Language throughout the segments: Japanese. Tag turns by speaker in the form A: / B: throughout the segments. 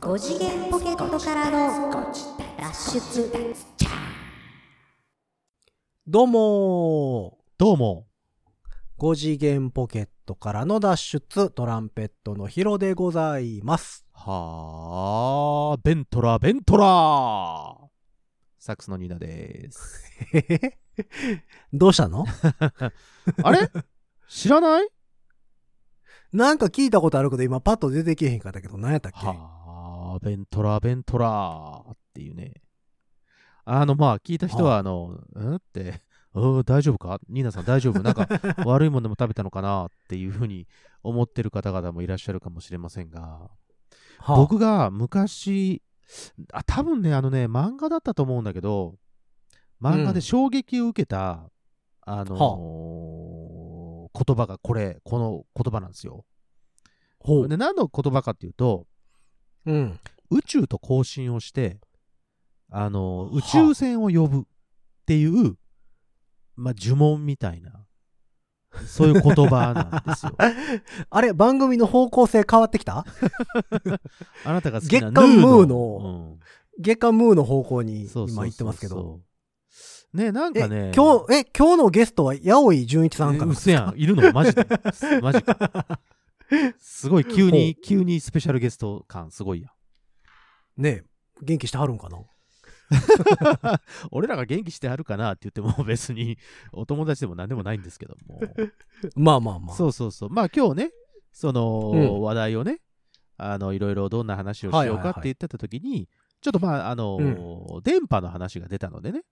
A: 5次元ポケットからの脱出
B: どうも
C: どうも。
B: ー !5 次元ポケットからの脱出、トランペットのヒロでございます。
C: はあ、ベントラ、ベントラサックスのニーナです。
B: へへへどうしたの
C: あれ知らない
B: なんか聞いたことあるけど今パッと出てけへんかったけど何やったっけ
C: はあ、ベントラ、ベントラっていうね。あの、まあ、聞いた人は、あの、うんって、うん大丈夫かニーナさん大丈夫 なんか、悪いものでも食べたのかなっていうふうに思ってる方々もいらっしゃるかもしれませんが、
B: はあ
C: 僕が昔あ多分ねあのね漫画だったと思うんだけど漫画
B: うん
C: で衝撃を受けた、あのー言葉がこれこの言葉なんですよ。
B: ほう
C: で何の言葉かっていうと
B: うん。
C: 宇宙と交信をして、あ
B: は
C: のー宇
B: あ
C: 宙船を呼ぶっていう、まあ、呪文みたいなそういう言葉なんで すよ。
B: あれ番組の方向性変わってきた
C: あなたが好きな
B: 月刊ムーの
C: うん
B: 月刊ムーの方向に
C: そうそうそうそう
B: 今行ってますけど。
C: ねなん
B: え
C: かね、
B: 今日、え、今日のゲストは、八尾純一さんかな
C: えうせやん、いるの マジで。マジか。すごい、急に、急にスペシャルゲスト感、すごいやん。
B: ねえ元気してはるんかな
C: 俺らが元気してあるかなって言っても、別にお友達でも何でもないんですけど も。
B: まあまあまあ。
C: そうそうそう。まあ今日ね、その、
B: うん
C: 話題をね、あの、いろいろどんな話をしようかって言ってた時に、ちょっとまあ、あの、電波の話が出たのでね。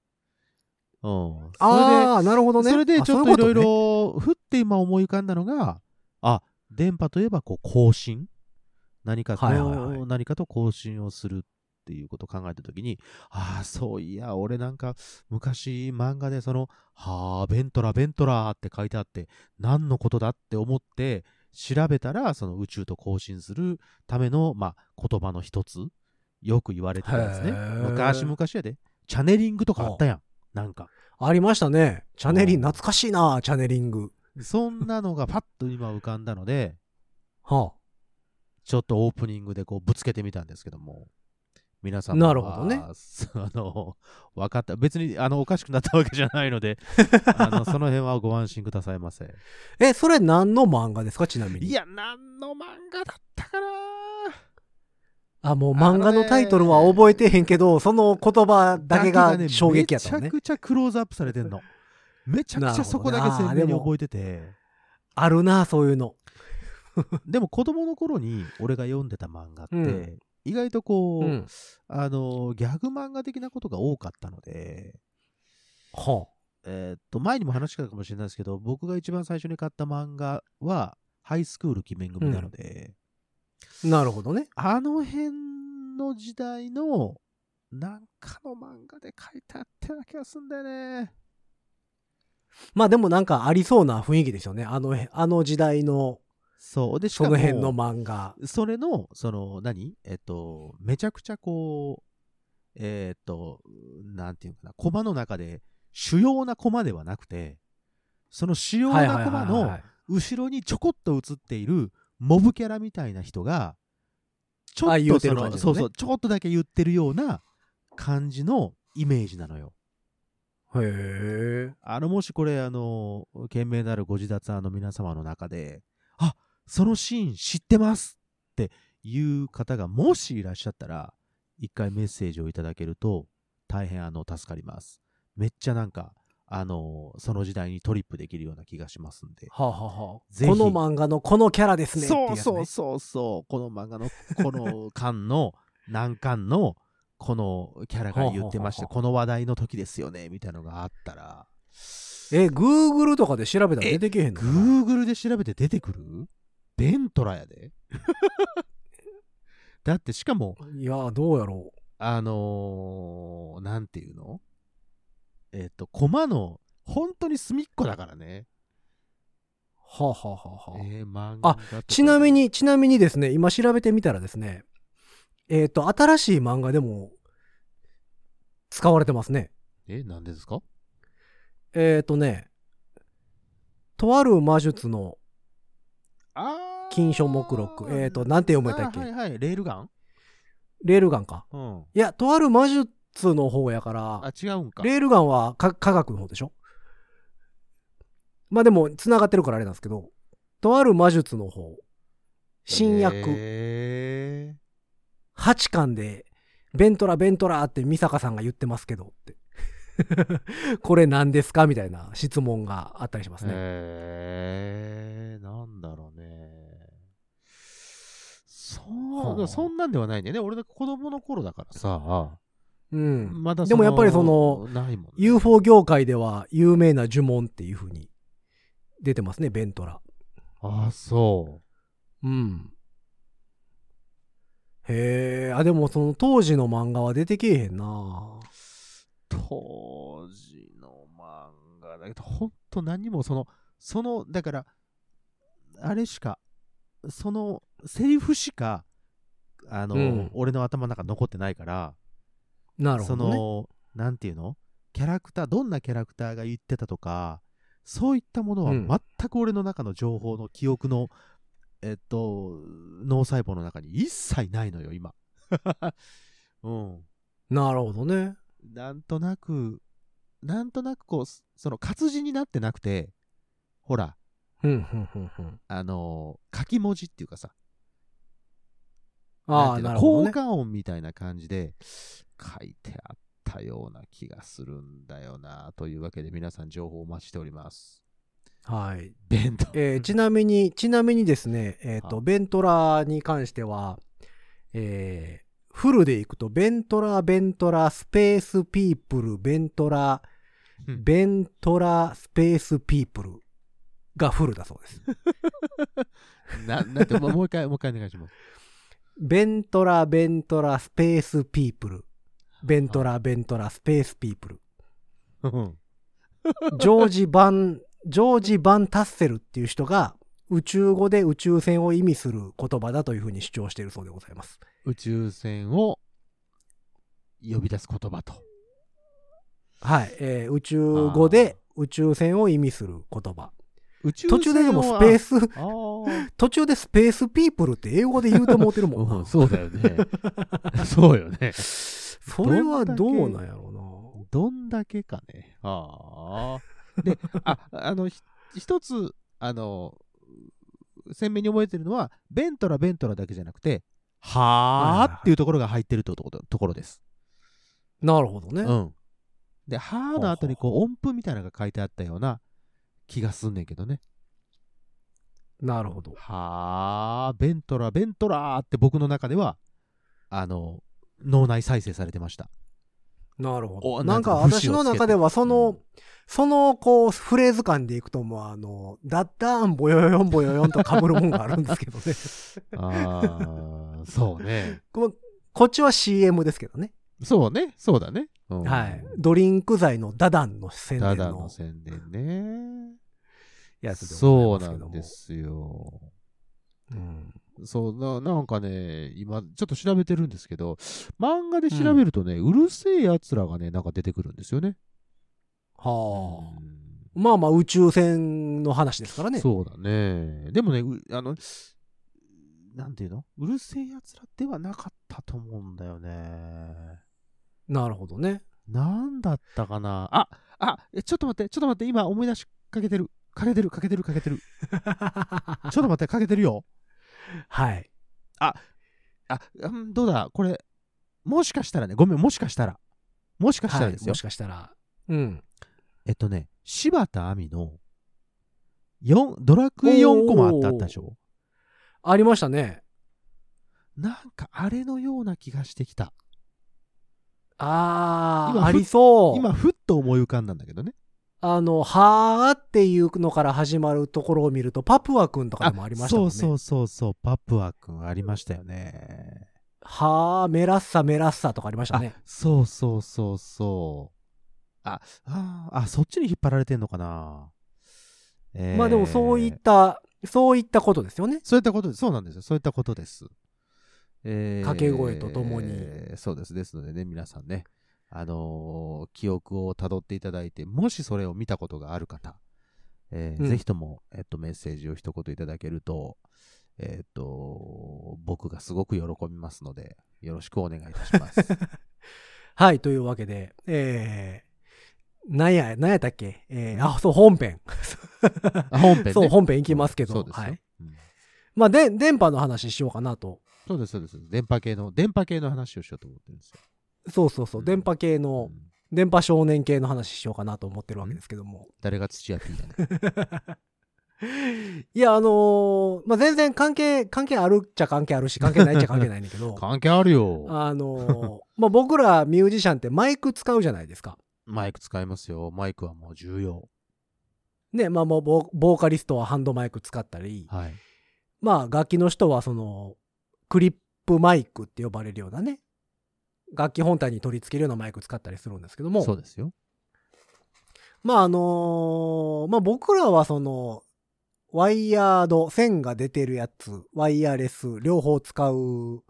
C: うん。それで
B: ああ、なるほどね。
C: それで
B: あ
C: ちょっ
B: そう
C: と
B: う
C: いろ
B: こね
C: いろふって今思い浮かんだのがあ電波といえばこう更新何かと、
B: はいはいはい
C: 何かと更新をするっていうことを考えた時にああそういや俺なんか昔漫画でその「はあベントラベントラ」って書いてあって何のことだって思って調べたらその宇宙と交信するための、まあ、言葉の一つよく言われてたんですね
B: へー
C: 昔々やでチャネリングとかあったやんなんか
B: ありましたね。チャネリン、懐かしいな、チャネリング。
C: そんなのがパッと今浮かんだ ので、
B: は
C: ちょっとオープニングでこうぶつけてみたんですけども、皆さん
B: なるほどね
C: あの、分かった。別に、あの、おかしくなったわけじゃな いので、あの、その辺はご安心くださいませ。
B: あ。え、それ何の漫画ですか、ちなみに。
C: い。や、何の漫画だったかな
B: あ、もう漫画のタイトルは覚えてへんけど、その言葉だけが
C: ね
B: 衝撃やったの
C: め
B: ね
C: ち。ゃくちゃクローズアップされてんの。めちゃくちゃそこだけ鮮
B: なるほど
C: 明に
B: な
C: 覚えてて。
B: あるな、そういうの。
C: でも子供の頃に俺が読んでた漫画って、
B: うん
C: 意外とこう、
B: うん。
C: あのギャグ漫画的なことが多かったので、
B: は
C: えーっと前にも話したかもしれないですけど僕が一番最初に買った漫画は「ハイスクール鬼面組」なので、
B: あ。なるほどね。
C: あの辺の時代のなんかの漫画で書いてあったような気がすんだよね。
B: まあでもなんかありそうな雰囲気ですよね。あの、あの時代の、
C: そうでし
B: そ
C: かも
B: の辺の漫画。
C: それのその何えっとめちゃくちゃこうえーっとなんていうのかなコマの中で主要なコマではなくてその主要
B: はいはい
C: なコマ
B: はい
C: の
B: はい。
C: 後ろにちょこっと映っているモブキャラみたいな人がちょ
B: あ
C: っ
B: 言う
C: と
B: て
C: そ
B: る感
C: の
B: じのね
C: そうそうちょこっとだけ言ってるような感じのイメージなのよ。
B: へえ。
C: あのもしこれあの懸命なるご自立あの皆様の中であそのシーン知ってますっていう方がもしいらっしゃったら一回メッセージをいただけると大変あの助かります。めっちゃなんかあのその時代にトリップできるような気がしますんで。
B: はあ、はあはあ
C: ぜひ
B: この漫画のこのキャラですねっていうや
C: そう
B: つね。
C: そうそうそうこの漫画のこの巻の難関のこのキャラが言ってました
B: ほうほうほうほ
C: この話題の時ですよねみたいなのがあったら
B: え、Google とかで調べたら出てけへんのかな
C: Google で調べて出てくるベントラ やでだってしかも
B: いや、どうやろ
C: あのー、なんていうのえっ、とコマの本当に隅っこだからね、
B: う。はあ、はあはあはあ、
C: えー漫
B: あ
C: 画とか
B: ちなみに、ちなみにですね、今調べてみたらですね、えっ、と、新しい漫画でも使われてますね。
C: えなんでですか
B: えっ、とね、とある魔術の
C: あー
B: 金書目録、えっ、と、なんて読むやったっけ、
C: あーはいはいレールガン
B: レールガンか。
C: うん。
B: いや、とある魔術の方やか
C: あ
B: ら、、
C: 違うんか。
B: レールガンはか科学の方でしょまあでも、繋がってるからあれなんですけど、とある魔術の方、新薬、
C: へ
B: 8巻で、ベントラ、ベントラって美坂さんが言ってますけどって。 これ何ですかみたいな質問があったりします
C: ー。
B: ね。
C: へー。なんだろうね。
B: は
C: そ
B: あ
C: う、そんなんではないんだよね。俺、子供の頃だからさ、
B: うん。
C: まだ
B: でもやっぱりその、
C: ないもんね
B: UFO 業界では有名な呪文っていう風に出てますね、ベントラ。
C: ああ、そ
B: うん。へえ、あ、でもその当時の漫画は出てけえへんな。
C: う。当時の漫画だけど、ほんと何もその、その、だから、あれしか、その、セリフしか、あの、
B: うん
C: 俺の頭の中に残ってないから、
B: なる
C: そ
B: ほど、ね。
C: の、なんていうのキャラクター、どんなキャラクターが言ってたとか、そういったものは
B: うん
C: 全く俺の中の情報の記憶の、えっと、脳細胞の中に一切ないのよ、今。 うん。
B: なるほどね。
C: なんとなく、なんとなくこう、すその活字になってなくて、ほら、
B: うん、うん、うん、うん。
C: あのー書き文字っていうかさ、
B: あ
C: ん
B: あ、
C: ていうの
B: なるほど、ね。
C: 効果音みたいな感じで書いてあったような気がするんだよな、というわけで皆さん情報お待ちしております。
B: はい。
C: ベント。
B: えーちなみに、ちなみにですね、えっ、と、
C: は
B: ベントラに関しては、えーフルでいくと、ベントラ、ベントラ、スペースピープル、ベントラ、
C: うん
B: ベントラ、スペースピープルがフルだそうです。
C: な、なんて、もうもう一回、もう一回お願いします。
B: ベントラ、ベントラ、スペースピープル。ベントラ、ベントラ、スペースピープル。
C: うん
B: ジョージ・バン、ジョージ・バン・タッセルっていう人が、宇宙語で宇宙船を意味する言葉だというふうに主張しているそうでございます。
C: 宇宙船を呼び出す言葉と。
B: はい。えー宇宙語で宇宙船を意味する言葉。
C: 宇宙船
B: 途中ででもスペー
C: ス。
B: ス、
C: あー
B: 途中でスペースピープルって英語で言うと思ってるもん
C: うん、
B: な。
C: そうだよ ね。そうよね。
B: それはどうなんやろ
C: どんだけかね。ああ。で、あ、あの、ひ一つ、あの、鮮明に覚えてるのは、ベントラ、ベントラだけじゃなくて、はあっていうところが入ってるとことところです。
B: うな。なるほどね。
C: うん。で、はーの後にこう音符みたいなのが書いてあったような気がすんねんけどね。
B: なるほど。
C: はー、ベントラ、ベントラーって僕の中では、あの、脳内再生されてました。
B: なるほど。
C: お
B: なんか
C: なんか
B: 私の中ではその、そのこうフレーズ感でいくともうあの、ダッダーンボヨヨンボヨヨンと被るもんがあるんですけどね。
C: あー、そうね。
B: ここっちは CM ですけどね。
C: そうね、そうだね。うん
B: はい。ドリンク剤のダダンの宣
C: た
B: 伝
C: だの
B: の
C: 宣伝ね。
B: やつで
C: そ
B: ご
C: う
B: ざい
C: な
B: ますけども
C: んで。すよ。
B: うん
C: そうな、なんかね、今、ちょっと調べてるんですけど、漫画で調べるとね、うるせえやつらがね、なんか出てくるんですよね。
B: はあ
C: う。ん
B: まあまあ宇宙船の話ですからね。
C: そうだね。でもね、うあの、なんていうのうるせえやつらではなかったと思うんだよね。
B: なるほどね。
C: なんだったかなあ、あ、えちょっと待って、ちょっと待って、今思い出しかけてる。かけてる、かけてる、かけ てる。ちょっと待って、かけてるよ。
B: はい。
C: あ、うん、どうだこれ、もしかしたらね、ごめん、もしかしたら。もしかした
B: は
C: ら
B: い
C: ですよ。
B: もしかしたら。うん。
C: えっとね、柴田亜美の、四ドラクエ4コマあったあったでしょ
B: ありましたね。
C: なんかあれのような気がしてきた。
B: あ
C: 今
B: あ、
C: ふ
B: ありそう。
C: 今、ふっと思い浮かんだんだけどね。
B: あの、はーっていうのから始まるところを見ると、パプワ君とかでもありましたもんね。
C: そうそうそうそう、パプワ君ありましたよね。
B: はー、メラッサ、メラッサとかありました
C: あ
B: ね。、
C: そうそうそうそう。あ、あー、あそっちに引っ張られてんのかな。えー
B: まあでも、そういっ。た、そういったことですよね。
C: そういったことです。そうなんですよ。そういったことです。えー
B: 掛け声とともに
C: そうです。ですのでね、皆さんね、あのー記憶をたどっていただいて、もしそれを見たことがある方、えー
B: うん
C: ぜひとも、えっと、メッセージを一言いただけると、えーっと、僕がすごく喜びますので、よろしくお願いいたし ます。
B: はい、というわけで、えー、なんや、なんやったっけえー、あ、そう、本編。
C: あ本編、ね、
B: そう、本編行きますけど。
C: そうですよ、
B: はい。
C: うん
B: まあ、で、電波の話しようかなと。
C: そうです、そうです。電波系の、電波系の話をしようと思ってるんですよ。
B: そうそうそう、
C: うん
B: 電波系
C: う
B: の、
C: ん
B: 電波少年系の話しようかなと思ってるわけですけども。
C: 誰が土屋 P だね。
B: いや、あのーまあ、全然関係、関係あるっちゃ関係あるし、関係ないっちゃ関係ないんだけ ど、
C: 関係あるよ。
B: あのーまあ、僕らミュージシャンってマイク使うじゃないですか。
C: マイク使いますよ。マイクはもう重要。
B: ね、まあ、もうボー、ボーカリストはハンドマイク使ったり、
C: はい。
B: まあ、楽器の人はその、クリップマイクって呼ばれるようなね、楽器本体に取り付けるようなマイク使ったりするんですけども、
C: そうですよ。
B: まああのーまあ僕らはその、ワイヤード、線が出てるやつ、ワイヤレス、両方使う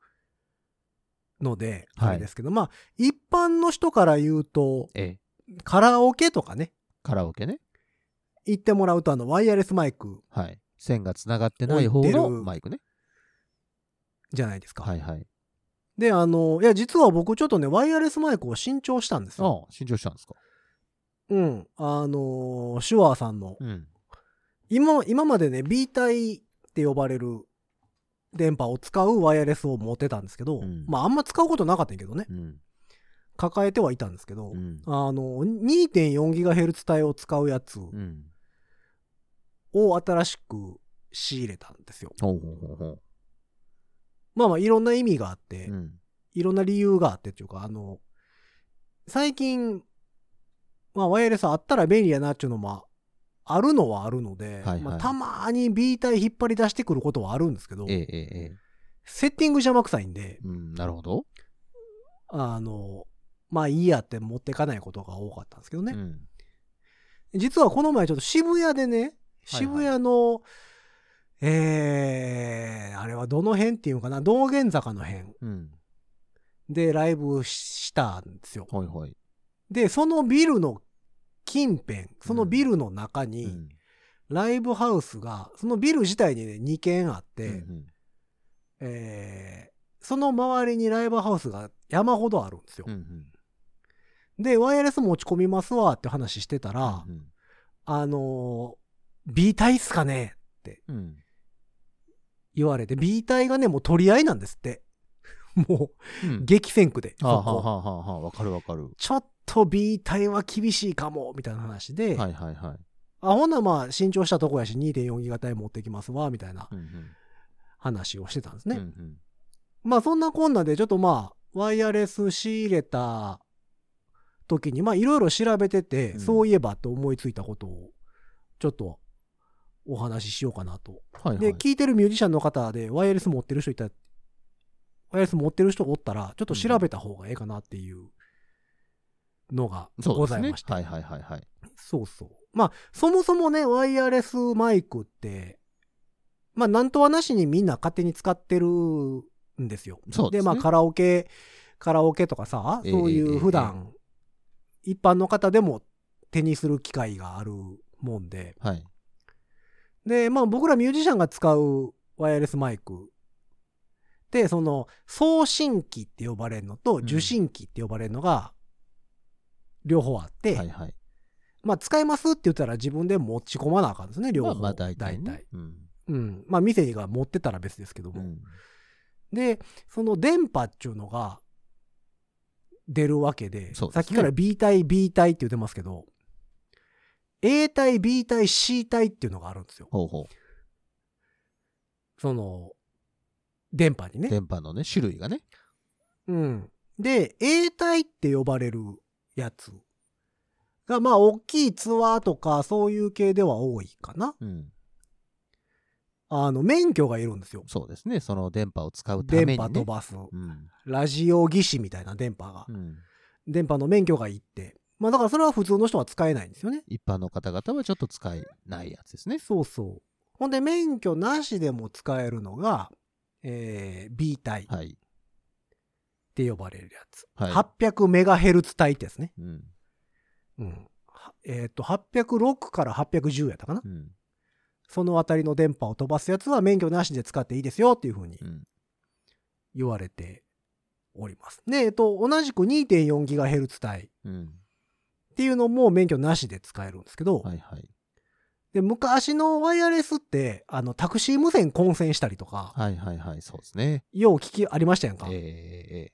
B: ので、
C: はい
B: あれですけど、まあ一般の人から言うと、
C: ええ、
B: カラオケとかね、
C: カラオケね。
B: 行ってもらうとあの、ワイヤレスマイク
C: はい。線がつながってない方
B: 置いて
C: の
B: る
C: マイクね。
B: じゃないですか。
C: はいはい。
B: で、あのーいや、実は僕ちょっとね、ワイヤレスマイクを新調したんですよ。
C: ああ、新調したんですか。
B: うん。あのーシュワーさんの、
C: うん。
B: 今、今までね、B 帯って呼ばれる電波を使うワイヤレスを持ってたんですけど、
C: うん
B: まああんま使うことなかったんやけどね、
C: うん。
B: 抱えてはいたんですけど、
C: うん。
B: あの、2.4GHz 帯を使うやつ
C: うん。
B: を新しく仕入れたんですよ。
C: ほうほうほうほ
B: まあまあいろんな意味があって、
C: う。うん。
B: いろんな理由があってっていうか、あの、最近、まあワイヤレスあったら便利やなっていうのも、あるのはあるので、
C: はいはい
B: まあ、たまに B 帯引っ張り出してくることはあるんですけど、
C: ええええええ。
B: セッティング邪魔くさいんで、
C: うん、なるほど。
B: あの、まあいいやって持ってかないことが多かったんですけど
C: う
B: ね。
C: ん。
B: 実はこの前ちょっと渋谷でね、
C: はいはい
B: 渋谷の、えー、あれはどの辺っていうのかな、道玄坂の辺
C: うん。
B: でライブしたんですよ。
C: ほいほい。
B: で、そのビルの近辺、そのビルの中
C: う
B: に
C: ん。
B: ライブハウスが、そのビル自体にね、2軒あって、
C: うん
B: えーその周りにライブハウスが山ほどあるんですよ。
C: うん。うん。
B: で、ワイヤレス持ち込みますわって話してたら、
C: うん
B: あのー、B 体っすかね
C: うん。
B: 言われて、B 体がね、もう取り合いなんですって。 も
C: う
B: う、
C: ん。
B: 激戦区で。
C: はあは
B: そ
C: あ
B: こ
C: はあはあはあわかるわかる。
B: ちょっと B 体は厳しいかも、みたいな話で、
C: はいはいはい。
B: あ、ほんならまあ、新調したとこやし、2.4ギガ帯持ってきますわ、みたいな
C: うんうん
B: 話をしてたんです
C: うん
B: ね。
C: うん
B: まあ、そんなこんなで、ちょっとまあ、ワイヤレス仕入れた時に、まあ、いろいろ調べてて、
C: うん
B: そういえばと思いついたことを、ちょっと、お話ししようかなと
C: はいは
B: で、
C: い。
B: 聞いてるミュージシャンの方で、ワイヤレス持ってる人いたら、ワイヤレス持ってる人がおったら、ちょっと調べた方がええかなっていうのが
C: そ
B: ご
C: うで
B: ざ
C: す
B: い
C: ね
B: まし。た。
C: はいはいはいはい。
B: そうそう。まあ、そもそもね、ワイヤレスマイクって、まあ、なんとはなしにみんな勝手に使ってるんですよ。
C: そうですね。
B: まあ、カラオケ、カラオケとかさ、
C: ええ
B: そうい
C: ええ
B: う普段、一般の方でも手にする機会があるもんで、
C: はい。
B: で、まあ僕らミュージシャンが使うワイヤレスマイクで、その送信機って呼ばれるのと
C: ん
B: 受信機って呼ばれるのが両方あって、
C: はいはい。
B: まあ使いますって言ったら自分で持ち込まなあかんですね、両
C: まあ
B: 方。
C: まあ大体ね。うん。
B: うん。まあ店が持ってたら別ですけど
C: う
B: も。
C: ん。
B: で、その電波っていうのが出るわけで、
C: そうです
B: さ
C: ね
B: っきから B 対 B 対って言ってますけど、A 対 B 対 C 対っていうのがあるんですよ。
C: ほうほ
B: その、電波に
C: う。
B: ね。
C: 電波のね、種類がね。
B: うん。で、A 体って呼ばれるやつが、まあ、大きいツアーとか、そういう系では多いかな。
C: うん。
B: あの、免許がいるんですよ。
C: そうですね。その電波を使うためにね。
B: 電波飛ばす、
C: うん。
B: ラジオ技師みたいな電波が
C: う、ん。
B: 電波の免許がいって。まあ、だからそれは普通の人は使えないんですよね。
C: 一般の方々はちょっと使えないやつですね。
B: そうそう。ほんで、免許なしでも使えるのが、えー、B 体っ
C: はい。
B: て呼ばれるやつ。
C: はい。
B: 800メガヘルツ帯ってやつね。
C: うん。
B: うん。はえっ、と、806から810やったかな
C: う。ん。
B: その辺りの電波を飛ばすやつは免許なしで使っていいですよっていうふうに
C: うん。
B: 言われております。で、えっと、同じく 2.4GHz 帯っ
C: うん。
B: ていうのも免許なしで使えるんですけど、
C: はいはい。
B: で昔のワイヤレスってあのタクシー無線混線したりとか、
C: はいはいはい。そうですね。
B: よう聞きありましたやんか。
C: ええええ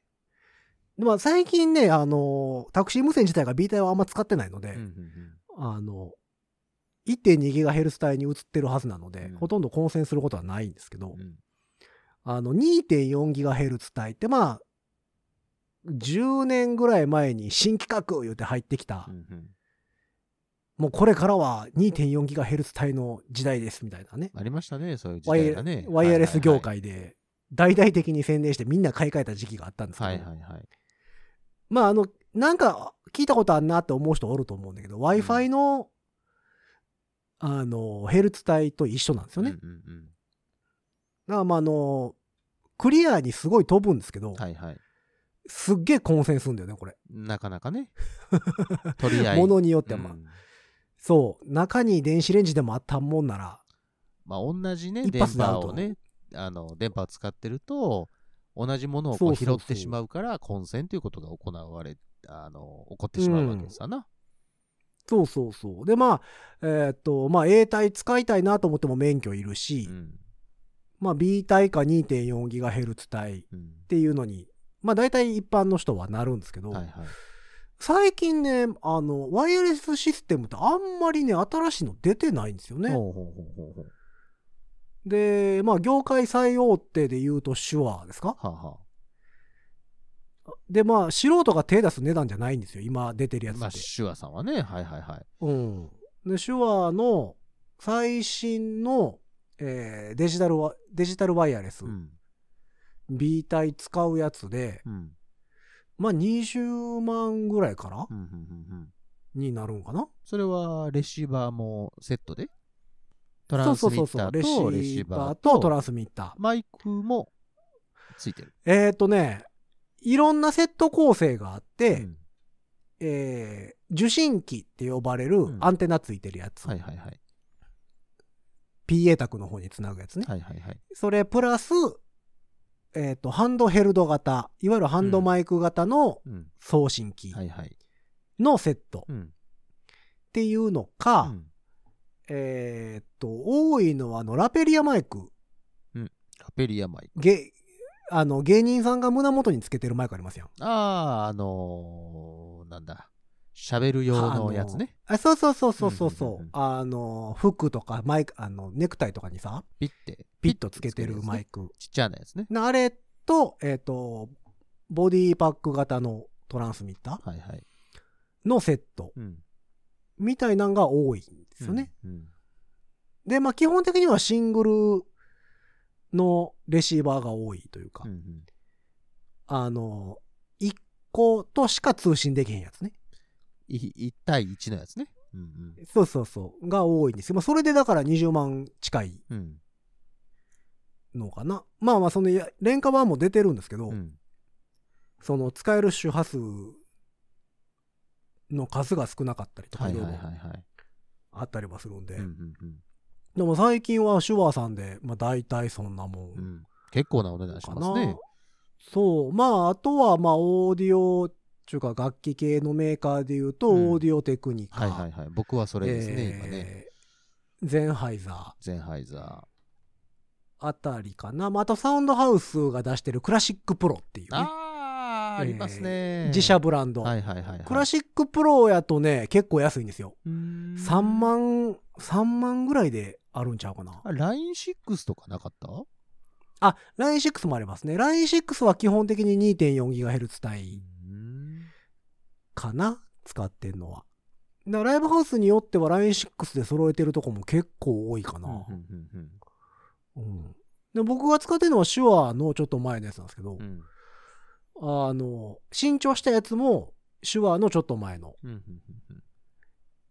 B: でまあ、最近ね、あのタクシー無線自体が B 帯はあんま使ってないので、
C: ええうんうん
B: あの 1.2GHz 帯に移ってるはずなので、
C: うん
B: ほとんど混線することはないんですけど、
C: うんうん
B: あの 2.4GHz 帯ってまあ10年ぐらい前に新規格言うて入ってきた、
C: うんうん
B: もうこれからは 2.4GHz 帯の時代ですみたいなね
C: ありましたね、そういう時
B: ワイ
C: 代
B: ヤ
C: がね。
B: ワイヤレス業
C: はい
B: 界で大々的に宣伝してみんな買い替えた時期があったんですけど、
C: はいはい。はいはいはい。
B: まああのなんか聞いたことあんなって思う人おると思うんだけど w i f i の、あのヘルツ帯と一緒なんですよね、だか
C: うんうん
B: らまああのクリアにすごい飛ぶんですけど、
C: うん。はいはい。
B: すっげえ混戦するんだよねこれ
C: なかなか ね。取り合い。
B: も
C: っ
B: のによってはまあ、そう中に電子レンジでもあったもんなら
C: まあ、同じね、
B: 一
C: 電
B: 発でアウ
C: 波
B: ト
C: をね、あの、電波を使ってると、同じものを
B: そ
C: こ
B: うそう
C: う
B: そ
C: 拾
B: う
C: ってしまうから、混戦ということが行われ、あの、起こってしまうわけさな。
B: そうそうそうでまあえーっとまあ A 帯使いたいなと思っても免許いるし、
C: うん。
B: まあ B 帯か 2.4GHz 帯っ
C: うん。
B: ていうのにまあ大体一般の人はなるんですけど、
C: はいはい。
B: 最近ねあのワイヤレスシステムってあんまりね新しいの出てないんですよね
C: ほうほうほうほうほう。
B: でまあ業界最大手で言うと手話ですか
C: はあは
B: でまあ素人が手出す値段じゃないんですよ今出てるや
C: あ。
B: つって、
C: まあ、シュアさんはね、はいはいはい。
B: うん。で、手話の最新の、えーデジタルワ、デジタルワイヤレス、
C: うん。
B: B 体使うやつで、
C: うん。
B: まあ、20万ぐらいから
C: うんうんうんうん。
B: になるんかな
C: それは、レシーバーもセットでトラ
B: そう
C: ンス
B: そう
C: ミ
B: そう
C: ッ
B: そ
C: タ
B: う。
C: ー
B: レシ
C: とレシ
B: ー
C: ーバ
B: バー
C: ー
B: と
C: と
B: トランスミッター。
C: マイクもついてる。
B: えっ、とね、いろんなセット構成があって、
C: うん
B: えー受信機って呼ばれる
C: うん
B: アンテナついてるやつ、
C: はいはいはい。
B: PA 卓の方につなぐやつね、
C: はいはいはい。
B: それプラス、えっとハンドヘルド型いわゆるハンドマイク型の、
C: うん。
B: 送信機
C: はいはい。
B: のセットっ
C: うん。
B: ていうの
C: う
B: か、
C: ん
B: えーっと多いのはあのラペリアマイク
C: ラペリアマイク。
B: げあの芸人さんが胸元につけてるマイクありますよ。
C: ああ、あのー、なんだ。喋る用のやつね。
B: あそうそうそうそうそうそう,、
C: うんうんうん
B: あの服とかマイクあのネクタイとかにさ
C: ピッて。
B: ピッとつけてるマイ
C: ク。
B: ク、
C: ちっちゃなやつね。
B: なあれとえーっとボディパック型のトランスミッター
C: はいはい。
B: のセット
C: うん。
B: みたいなんが多いんですよね。
C: うん。
B: で、まあ基本的にはシングルのレシーバーが多いというか、
C: うん。うん
B: あの、1個としか通信できへんやつね。
C: い一対一のやつね。うん
B: そうそうそう。が多いんですよ。まあそれでだから20万近い
C: うん。うん。
B: のかな。まあまあその、いや廉価版も出てるんですけど、
C: うん。
B: その使える周波数の数が少なかったりとか
C: はいい
B: ろい
C: はい
B: ろ
C: はいはい。
B: あったりはするんで、
C: うんうんうん
B: でも最近は手話さんで、まあ大体そんなもん。
C: うん。結構なお値段しますね。
B: そうまああとはまあオーディオっていうか楽器系のメーカーでいうと、
C: うん
B: オーディオテクニカ、
C: はいはいはい。僕はそれですね、
B: えー
C: 今ね。
B: ゼンハイザ
C: ゼンハイザ
B: ーあたりかな、まあ、あとサウンドハウスが出してるクラシックプロっていう
C: ー。
B: ね、
C: あ
B: え
C: あ、
B: ー
C: ありますね。
B: 自社ブランド、
C: はいはいはいはい。
B: クラシックプロやとね結構安いんですよ3
C: 3
B: 万3万ぐらいであるんちゃうかな
C: あ LINE6 とかなかった
B: あ LINE6 もありますね LINE6 は基本的に 2.4GHz 帯かな使ってんのは。だからライブハウスによっては LINE6 で揃えてるとこも結構多いか
C: うんうん
B: な。
C: うん
B: うんで僕が使ってるのは手話のちょっと前のやつなんですけど
C: う、ん
B: あの、新調したやつも手話のちょっと前の
C: うんうんうんうん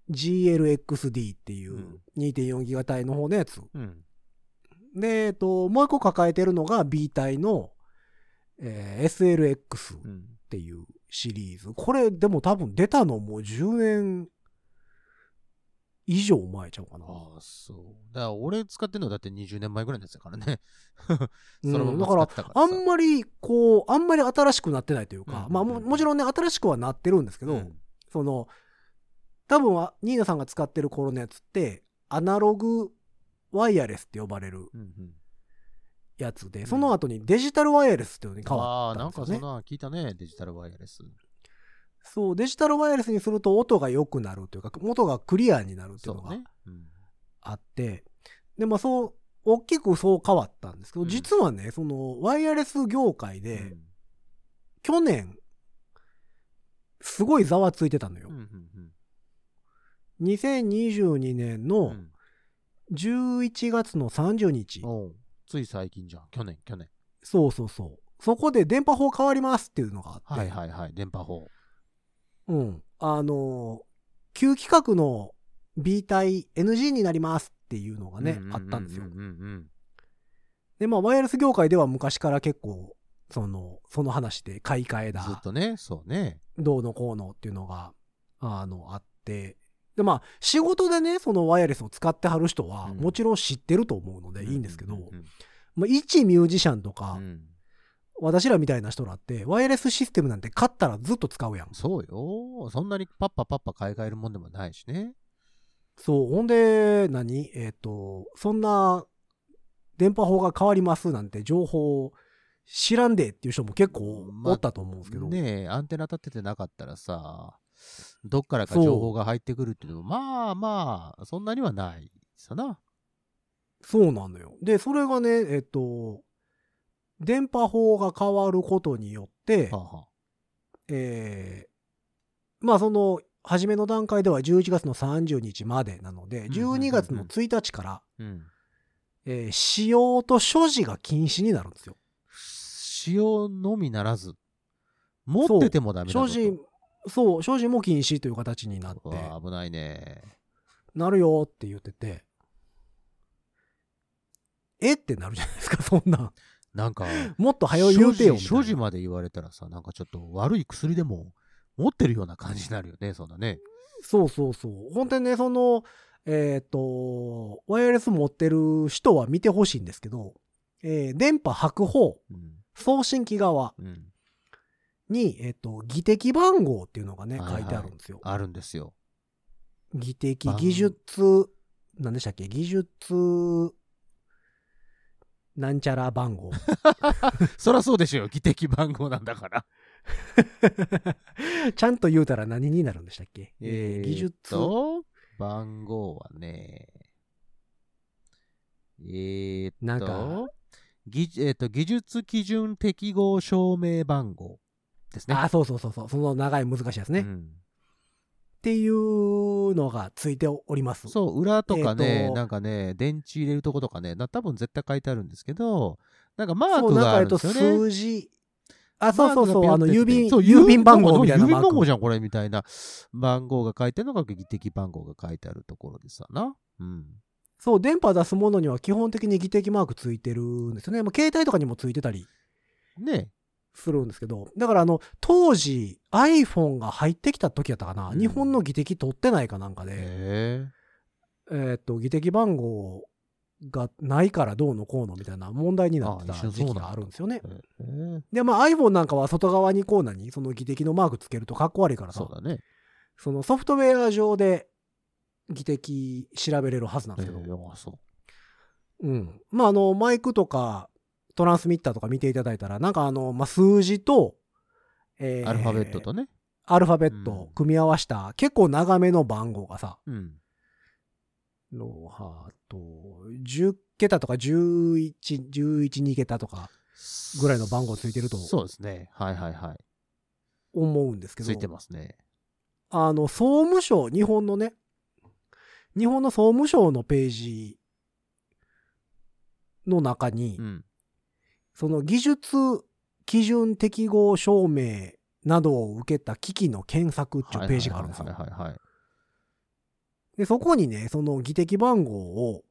B: GLXD っていううん2.4ギガ帯の方のやつ。
C: うん
B: で、えっと、もう一個抱えてるのが B 帯の、えー SLX
C: う
B: っ
C: ん
B: ていうシリーズ。これでも多分出たのもう10年以上前ちゃうかな。
C: ああ、そう。だから俺使ってんのだって20年前ぐらいのやつだからね。
B: うん
C: そのまま
B: だから
C: 使ってたから
B: あ
C: さ
B: んまり、こう、あんまり新しくなってないというか、
C: うん
B: まあも、もちろんね、新しくはなってるんですけど、
C: うん
B: その、多分は、ニーナさんが使ってる頃のやつって、アナログワイヤレスって呼ばれる
C: うんうん
B: やつで、
C: ん
B: その後にデジタルワイヤレスっていうのに変わった
C: ああ、なんん
B: ですよ
C: か
B: ね。
C: そんなの聞いたね、デジタルワイヤレス。
B: そう、デジタルワイヤレスにすると音が良くなるというか、音がクリアになるってい
C: そう
B: の
C: う
B: が
C: ね。うん
B: あって、で、まあそう、大きくそう変わったんですけど、
C: うん
B: 実はね、その、ワイヤレス業界で、
C: うん
B: 去年、すごいざわついてたのよ
C: う。んうん
B: 2022年
C: うんう
B: の
C: ん
B: 11月の30日、
C: おうつい最近じゃん。去年、去年。
B: そうそうそう。そこで電波法変わりますっていうのがあって、
C: はいはいはい。電波法。
B: うん。あのー、旧規格の B 体 NG になりますっていうのがね、あったんですよ
C: う。ううん
B: で、まあ、ワイヤレス業界では昔から結構、その、その話で買い替え
C: うんずっ
B: だ、
C: とね、そうね。
B: どうのこうのっていうのが、あの、あって、で、まあ、仕事でね、そのワイヤレスを使ってはる人は、
C: うん
B: もちろん知ってると思うのでいいんですけど、
C: ううん
B: まあ、一ミュージシャンと
C: う
B: か
C: ん、うん
B: 私らみたいな人らって、ワイヤレスシステムなんて買ったらずっと使うやん。
C: そうよ。そんなにパッパパッパ買い替えるもんでもないしね。
B: そう、ほんで、何えっ、と、そんな、電波法が変わりますなんて情報知らんでっていう人も結構おったと思うんですけど、
C: ねえ、アンテナ立ててなかったらさ、どっからか情報が入ってくるっていうのも、まあまあ、そんなにはないさな。
B: そうなのよ。で、それがね、えっ、と、電波法が変わることによって
C: は、あはあ
B: えーまあその、初めの段階では11月の30日までなので、
C: うんうんうんうん
B: 12月の1日から、
C: うん。
B: えー使用と所持が禁止になるんですよ。
C: 使用のみならず、持っててもダメだ
B: 所
C: ぞと
B: 持、そう、所持も禁止という形になって
C: う、わ危ないね。
B: なるよって言ってて、えってなるじゃないですか、そんなん。
C: な んか、
B: もっと早い言うてよ
C: 所
B: みたい
C: 持
B: な
C: 所持まで言われたらさ、なんかちょっと悪い薬でも持ってるような感じになるよね、そんなね。
B: そうそうそう。本当にね、その、えっ、と、ワイヤレス持ってる人は見てほしいんですけど、えー電波白方、
C: うん。
B: 送信機側
C: うん。
B: に、えっ、と、技的番号っていうのがね、
C: はいはい
B: 書いてあるんですよ。
C: あるんですよ。
B: 技的、
C: 番
B: 技術、何でしたっけ技術、なんちゃら番 号。
C: そらそうでしょよ、技的番号なんだから。
B: ちゃんと言うたら何になるんでしたっけ、えー
C: えー
B: 技術。
C: と、番号はね、えー、っと、
B: なんか
C: 技えーっと技術基準適合証明番号ですね。
B: あ、そうそうそうそう。その長い難しいですね。
C: う
B: っ
C: ん
B: ていうのがついております。
C: そう、裏とかね、
B: えーと
C: なんかね、電池入れるとことかね、な多分絶対書いてあるんですけど、なんかマー
B: そう
C: ク
B: なん
C: が
B: か
C: あ
B: え
C: る
B: っ
C: んで
B: と
C: すよね。
B: 数字。あ、そうそうそう、
C: マ
B: あ
C: ーク
B: の、
C: がピ
B: 郵
C: ョンって
B: 便、
C: やってて
B: 郵便番号みたいな
C: 郵便
B: マー
C: 番
B: ク
C: 号じゃん、これ、みたいな。番号が書いてるのが、技的番号が書いてあるところでさな。うん。
B: そう、電波出すものには基本的に技的マークついてるんですよね。まあ、携帯とかにもついてたり
C: ね
B: するんですけど。だから、あの、当時、iPhone が入ってきた時やったかな。
C: うん
B: 日本の技的取ってないかなんかで、
C: え。
B: えーっと、技的番号がないからどうのこうのみたいな問題になってた
C: あ一緒
B: 時
C: そう
B: 期
C: なんだ
B: があるんですよね。
C: へえ。
B: で、まあ、iPhone なんかは外側にこうなに、その技的のマークつけるとかっこ悪いからさ。
C: そうだね。
B: そのソフトウェア上で技的調べれるはずなんですけど、
C: えーあそう。
B: うん。まあ、あの、マイクとか、トランスミッターとか見ていただいたら、なんかあの、まあ、数字と、えー
C: アルファベットとね。
B: アルファベットを組み合わせた、結構長めの番号がさ、
C: うん。
B: の、はあと、10桁とか11、11、2桁とかぐらいの番号ついてると
C: そうですね。はいはいはい。
B: 思うんですけど、
C: ついてますね。
B: あの、総務省、日本のね、日本の総務省のページの中に、
C: うん。
B: その技術基準適合証明などを受けた機器の検索っていうページがあるんですよ
C: はい。はいはいはいはい。
B: で、そこにね、その技的番号を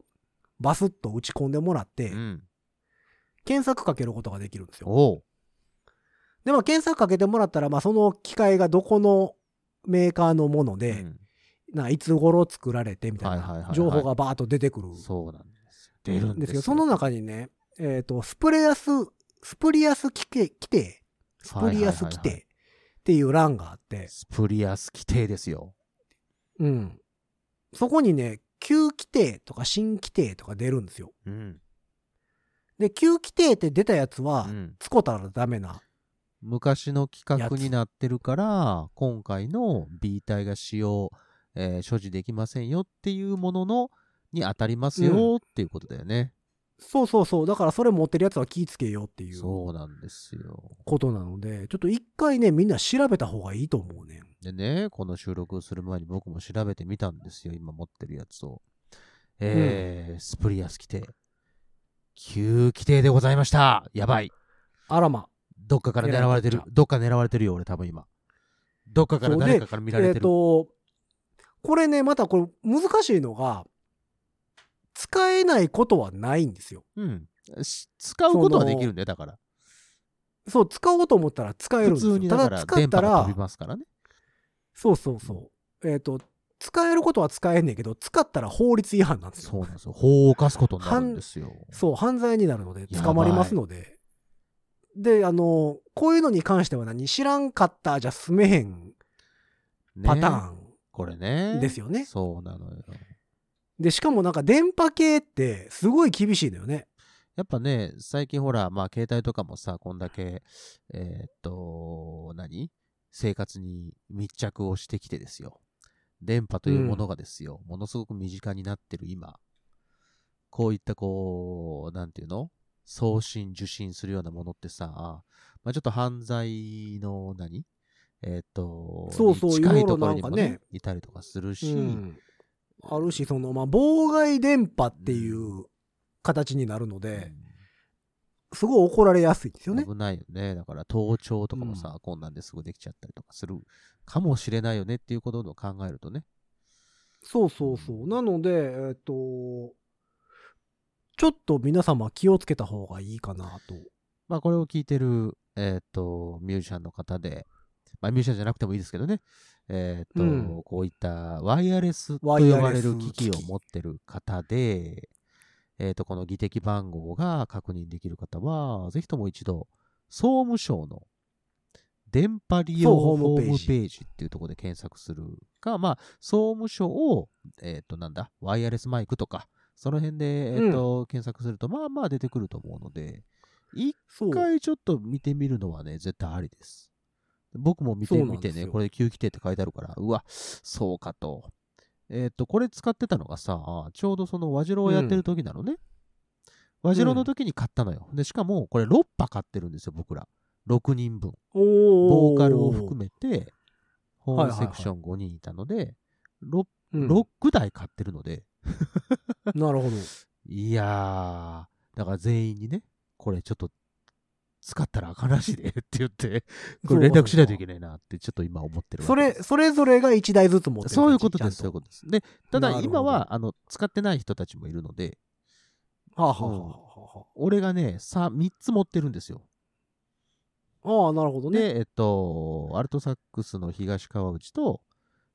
B: バスッと打ち込んでもらって
C: う、ん。
B: 検索かけることができるんですよ。
C: おう。
B: で、まあ検索かけてもらったら、まあその機械がどこのメーカーのもの
C: う
B: で、
C: ん
B: ないつ頃作られてみたい
C: はいはいはい
B: な
C: はい
B: 情報がバーッと出てくる
C: そうなんですよ。出る
B: ん
C: ん
B: で
C: です
B: け
C: す
B: ど、
C: よ。
B: その中にね、えっと、スプレアス、スプリアス規定、規定、スプリアス規
C: はいはいはいは
B: 定っていう欄があって、
C: スプリアス規定ですよ。
B: うん。そこにね、旧規定とか新規定とか出るんですよ。
C: うん。
B: で、旧規定って出たやつは
C: う、ん
B: 使ったらダメな。
C: 昔の規
B: や
C: 格
B: つ
C: になってるから、今回の B 体が使用、えー所持できませんよっていうものの、に当たります
B: うん
C: よっていうことだよね。
B: そうそうそう。だからそれ持ってるやつは気ぃつけようっていう
C: そうなんですよ。
B: ことなので、ちょっと一回ね、みんな調べた方がいいと思うね。
C: でね、この収録する前に僕も調べてみたんですよ、今持ってるやつを。えースプリアス規定。旧規定でございました。やばい。
B: あらま。
C: どっかから狙われて
B: 狙
C: る
B: われて。
C: どっか狙われてるよ、俺多分今。どっかから
B: そうで
C: 誰かから見ら
B: え
C: れ
B: って
C: る。
B: と、これね、またこれ難しいのが、使えないことはないんですよ。
C: うん。し使うことはできるんだよ、だから。
B: そう、使おうと思ったら使えるん
C: 普
B: ですよ。
C: 通にだ
B: た
C: か
B: だ
C: ら
B: 使っ
C: 電
B: た
C: 波が
B: ら
C: 飛び、ますからね。
B: そうそうそう。えっ、と、使えることは使えんねんけど、使ったら法律違反なんですよ。
C: そうなんですよ。法を犯すことになるんですよ。
B: そう、犯罪になるので、
C: やばい
B: 捕まりますので。で、あの、こういうのに関しては何知らんかったじゃ済めへん
C: ね
B: パターン。
C: これね。
B: ですよね
C: そうなのよ。
B: で、しかもなんか電波系ってすごい厳しいのよね。
C: やっぱね、最近ほら、まあ、携帯とかもさ、こんだけ、えーっと、何生活に密着をしてきてですよ。電波というものがですよ、ものすごく身近になってる今、こういったこう、なんていうの送信、受信するようなものってさ、まあ、ちょっと犯罪の何えーっと、
B: そうそう
C: に近いところ
B: い
C: に
B: ろいろなんか
C: も
B: ね
C: ね、いたりとかする
B: う
C: し、
B: ん。あるし、その、まあ、妨害電波っていう形になるの
C: う
B: で、
C: ん
B: すごい怒られやすいんですよね。
C: 危ないよね。だから盗聴とかもさ、こんなんですぐできちゃったりとかするかもしれないよねっていうことを考えるとね。
B: そうそうそう。なので、えっ、と、ちょっと皆様気をつけた方がいいかなと。
C: まあこれを聞いてる、えっ、と、ミュージシャンの方で、まあミュージシャンじゃなくてもいいですけどね、えっ、と、
B: うん
C: こういったワイヤレスと
B: ワ
C: 呼
B: イヤレス
C: ばれる機器を
B: 機器
C: 持ってる方で、えっ、と、この議的番号が確認できる方は、ぜひとも一度、総務省の電波利用
B: そう
C: ホ
B: ホームペー
C: ー
B: ジ
C: ムページっていうところで検索するか、まあ、総務省を、えっ、と、なんだ、ワイヤレスマイクとか、その辺で、えっ、と、検索すると、まあまあ出てくると思うので、一
B: そう。
C: 回ちょっと見てみるのはね、絶対ありです。僕も見て
B: そうなん
C: み
B: ですよ
C: てね、これ、旧規定って書いてあるから、うわ、そうかと。えっ、と、これ使ってたのがさ、ちょうどその和白をやってる時なのね。和白の時に買ったのよ。で、しかも、これ6波買ってるんですよ、僕ら。6人分。
B: おー
C: ボーカルを含めて、ホーム
B: はいはい
C: セ
B: はい
C: クション5人いたので、6
B: うん
C: 台買ってるので、
B: なるほど。
C: いやー、だから全員にね、これちょっと使ったらあかんらしいでって言 って、これ連絡しないといけないなってちょっと今思ってるわ
B: そ
C: けで
B: れ、
C: す。
B: それぞれが1台ずつ持ってる感じ。
C: そういうことで
B: ち
C: す、そうい
B: ゃ
C: うん
B: と
C: ことです。で、た
B: なる
C: だ
B: ほど
C: 今は、あの、使ってない人たちもいるので、
B: はあ、はあはあはあは
C: 俺がね、さ、3つ持ってるんですよ。
B: あ、ああ、なるほどね。
C: で、えっと、アルトサックスの東川内と、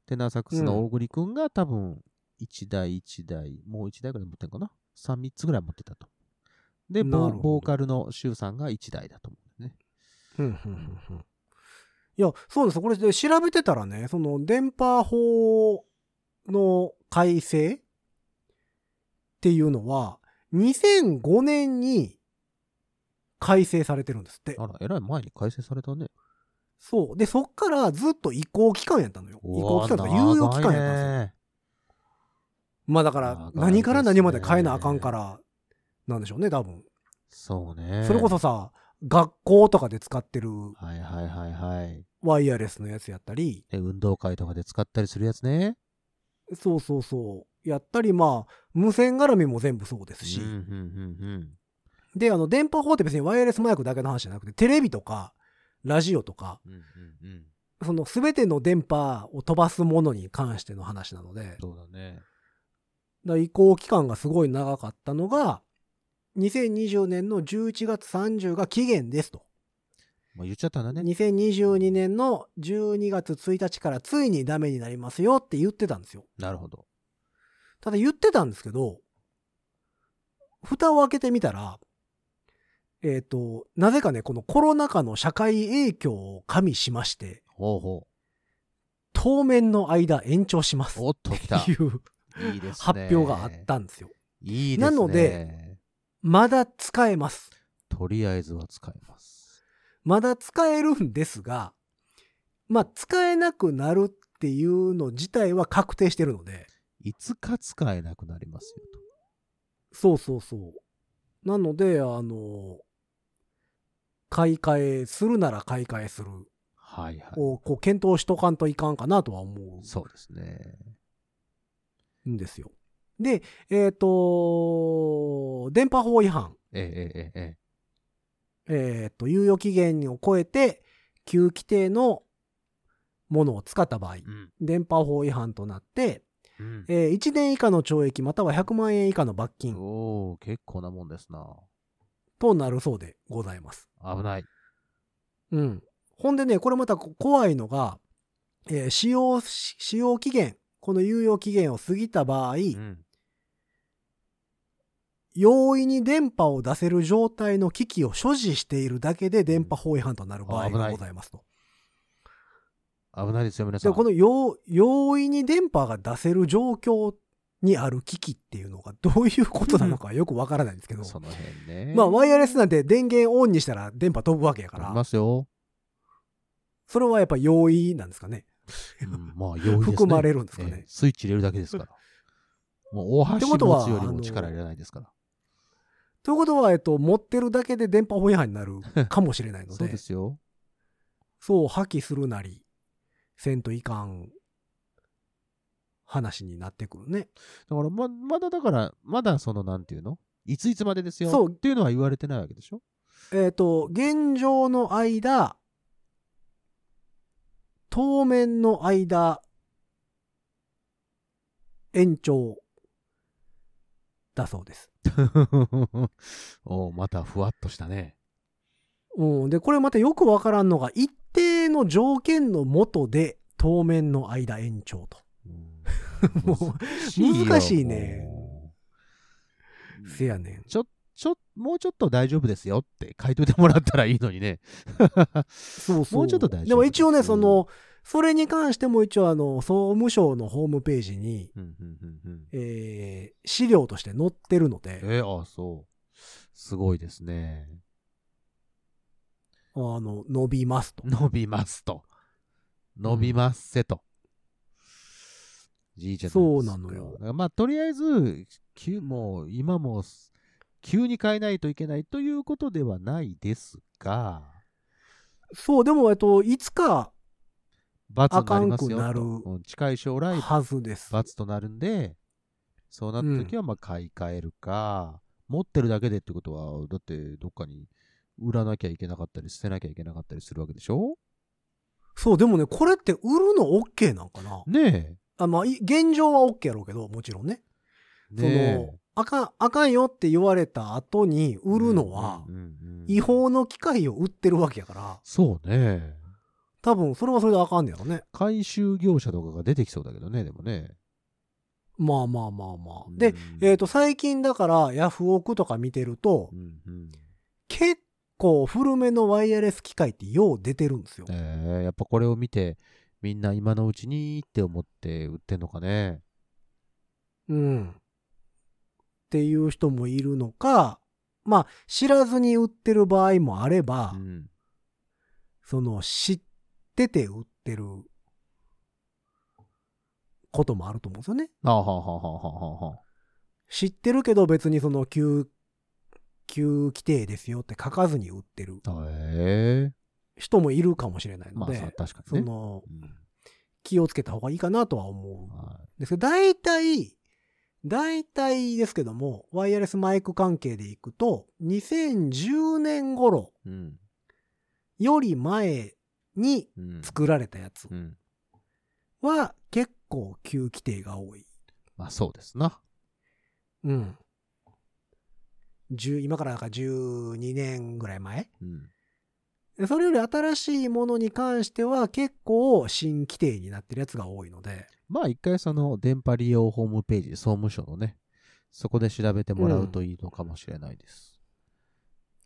C: テナーサックスの大栗くんが多分、1台1台、もう1台ぐらい持ってんかな ?3、3つぐらい持ってたと。で、ボ
B: なるほ
C: ー
B: ど
C: ボーカルのシュウさんが1台だと思うんだよね。
B: うんうんうんうんいや、そうです。これで調べてたらね、その電波法の改正っていうのは、2005年に改正されてるんですって。
C: あら、えらい前に改正されたね。
B: そう。で、そっからずっと移行期間やったのよ。移行期間とか猶予期間やったんですよ。
C: ね。
B: まあだか
C: 長
B: ら
C: い、ですね
B: 何から何まで変えなあかんから、なんでしょうね、多分。
C: そうね。
B: それこそ、さ、学校とかで使ってる
C: はいはいはいはい。
B: ワイヤレスのやつやったり、
C: で、運動会とかで使ったりするやつね。
B: そうそうそう。やったり、まあ、無線絡みも全部そうですし。
C: うんうんうんうん。
B: で、あの、電波法って別にワイヤレスマイクだけの話じゃなくて、テレビとか、ラジオとか、
C: うんうんうん。
B: その全ての電波を飛ばすものに関しての話なので、だか
C: そうだね。
B: ら移行期間がすごい長かったのが、2020年の11月30が期限ですと。
C: まあ、言っちゃったんだね。
B: 2022年の12月1日からついにダメになりますよって言ってたんですよ。
C: なるほど。
B: ただ言ってたんですけど、蓋を開けてみたら、えっ、と、なぜかね、このコロナ禍の社会影響を加味しまして、
C: ほうほ
B: 当面の間延長します
C: う。おっと、来た。
B: っていう
C: いいですね。
B: 発表があっ。たんですよ。
C: いいで
B: な
C: すね。
B: ので、まだ使えます。
C: とりあえずは使えます。
B: まだ使えるんですが、まあ、使えなくなるっていうの自体は確定してるので、
C: いつか使えなくなりますよと。
B: そうそうそう。なので、あの、買い替えするなら買い替えする
C: はいはい。
B: をこう検討しとかんといかんかなとは思
C: そうですね。
B: うんですよ。で、えっ、と、電波法違反、
C: ええええええ。
B: えっ、と、猶予期限を超えて、旧規定のものを使った場合、
C: うん。
B: 電波法違反となって、
C: うん
B: え1年以下の懲役または100万円以下の罰金
C: おお結構なもんですな。
B: となるそうでございます。
C: 危ない。
B: うん。ほんでね、これまたこ怖いのが、えー使用し、使用期限、この猶予期限を過ぎた場合、
C: うん。
B: 容易に電波を出せる状態の機器を所持しているだけで電波法違反となる場合
C: あ危な
B: が
C: い
B: ございますと。
C: 危ないですよ、皆さ
B: で、
C: ん。
B: この容容易に電波が出せる状況にある機器っていうのがどういうことなのかよくわからないんですけど、
C: その辺ね。
B: まあ、ワイヤレスなんて電源オンにしたら電波飛ぶわけやか
C: あり
B: ら
C: ま、すよ。
B: それはやっぱ容易なんですかね。
C: うん まあ、容易ですね。
B: 含まれるんですかね
C: ええスイッチ入れるだけですから。もう、大
B: って
C: 橋
B: こと
C: 持
B: は
C: つより
B: あ
C: も
B: の
C: 力いらないですから。
B: ということは、えっと、持ってるだけで電波法違反になるかもしれないの
C: そう
B: で
C: で、すよ。
B: そう破棄するなり、せんといかん話になってくるね。
C: だから、ま、まだだから、まだその、なんていうのいついつまでですよ。
B: そう
C: っていうのは言われてないわけでしょ
B: えっ、と、現状の間、当面の間、延長だそうです。
C: おうまたふわっとしたね。
B: うん、で、これまたよくわからんのが、一定の条件のもとで、当面の間延長と。
C: うん
B: もう
C: よ
B: 難しいね
C: もう
B: せやねん。
C: ちょ、ちょ、もうちょっと大丈夫ですよって書いといてもらったらいいのにね。
B: そうそう。
C: もうちょっと大丈夫
B: でも一応
C: う
B: ね、
C: ん
B: その、それに関しても一応あの、総務省のホームページに、
C: うんうんうんうん
B: えー資料として載ってるので、
C: えーあ、そう。すごいですね。
B: あの、伸びますと。
C: 伸びますと。伸びますせと。じいちゃん
B: そうなのよ。
C: まあ、とりあえず、急もう、今も、急に変えないといけないということではないですが、
B: そう、でも、えっと、いつか
C: 罰になりますよ
B: あかんくなる
C: とうん近い将来、
B: はずです。
C: 罰となるんで、そうなった時は、まあ、買い替えるか、持ってるだけでってことは、だって、どっかに売らなきゃいけなかったり、捨てなきゃいけなかったりするわけでしょ
B: そう、でもね、これって売るの OK なんかな
C: ね
B: あまあ、い現状は OK やろうけど、もちろんね。
C: え。
B: その、あかん、あかんよって言われた後に売るのは
C: う、んうんうん
B: 違法の機械を売ってるわけやから、
C: そうね
B: 多分それはそれであかんねやろね。
C: 回収業者とかが出てきそうだけどねでもね
B: まあまあまあまあ。で
C: うん、
B: えっ、と、最近だから、ヤフオクとか見てると
C: う、んうん
B: 結構古めのワイヤレス機械ってよう出てるんですよ。
C: えーやっぱこれを見てみんな今のうちにって思って売ってんのかね
B: うん。っていう人もいるのか、まあ、知らずに売ってる場合もあれば、
C: うん
B: その、知ってて売ってることもあると思うんですよね。
C: あはあはあはあはあはあ
B: 知ってるけど別にその、旧、旧規定ですよって書かずに売ってる
C: ええ
B: 人もいるかもしれない
C: ま
B: の
C: あ
B: で、
C: さ確か
B: そ
C: にね
B: の、
C: うん
B: 気をつけた方がいいかなとは思うん
C: は
B: ですけど、大体、大体ですけども、ワイヤレスマイク関係でいくと、2010年頃
C: いうん
B: より前に
C: うん
B: 作られたやつ
C: うん
B: は結構旧規定が多い。
C: まあそうですな
B: うん。10今からなんか12年ぐらい前
C: うん
B: でそれより新しいものに関しては結構新規定になってるやつが多いので、
C: まあ一回その電波利用ホームページ、総務省のね、そこで調べてもらうといいのかもしれないです。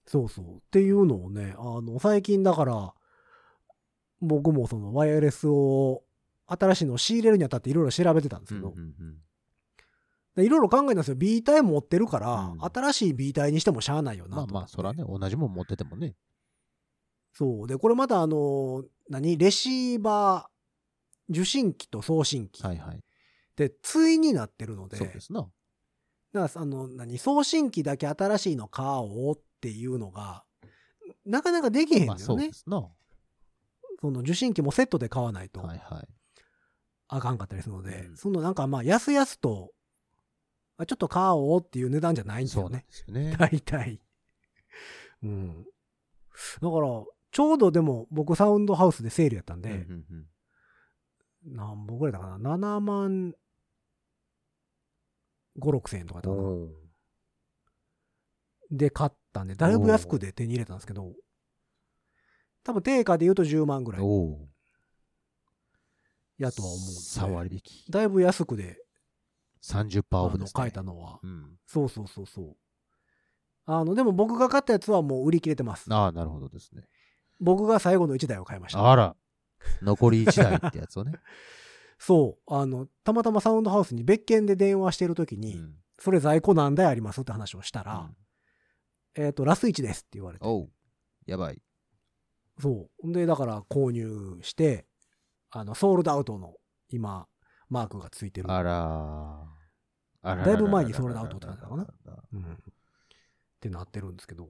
B: そうそう。っていうのをね、あの、最近だから、僕もそのワイヤレスを新しいのを仕入れるにあたっていろいろ調べてたんですけど、でいろいろ考えたんですよ。B 体持ってるから、
C: うん
B: 新しい B 体にしてもしゃあないよな
C: まあ
B: と
C: まあ、そらね、同じもん持っててもね。
B: そう。で、これまたあの、何レシーバー、受信機と送信機
C: はいはい。
B: って対になってるので、
C: そうですな。
B: だからあの、何送信機だけ新しいの買おうっていうのが、なかなかできへんのよね。
C: まあそうですな。は
B: その受信機もセットで買わない
C: い
B: と
C: はい。
B: あかんかったりするので、
C: うん
B: そのなんかまあ、やすやすと、あちょっと買おうっていう値段じゃないんです
C: そ
B: よ
C: うなん
B: ね
C: で。すよね。
B: 大体。うん。だから、ちょうどでも僕サウンドハウスでセールやったんで、
C: うんうんうん
B: 何本ぐらいだかな ?7 万5、6千円とかだったかな
C: おー
B: で買ったんで、だいぶ安くで手に入れたんですけど、多分定価で言うと10万ぐらい
C: おー。
B: やとは思うんで
C: 3割引き。
B: だいぶ安くで、
C: 30%オ
B: あ
C: フ
B: の
C: です、ね。
B: 買えたのは。
C: うん。
B: そうそうそうそう。あの、でも僕が買ったやつはもう売り切れてます。
C: ああ、なるほどですね。
B: 僕が最後の1台を買いました。
C: あら、残り1台ってや つをね。
B: そう。あの、たまたまサウンドハウスに別件で電話してるとき
C: う
B: に、
C: ん。
B: それ在庫何台ありますって話をしたら、
C: うん
B: えっ、と、ラス1ですって言われて。
C: おう。やばい。
B: そう。んで、だから購入して、あの、ソールドアウトの今、マークがついてる。
C: あらー。あらららららら
B: だいぶ前にソールドアウトってなったのか
C: な
B: うんってなってるんですけど。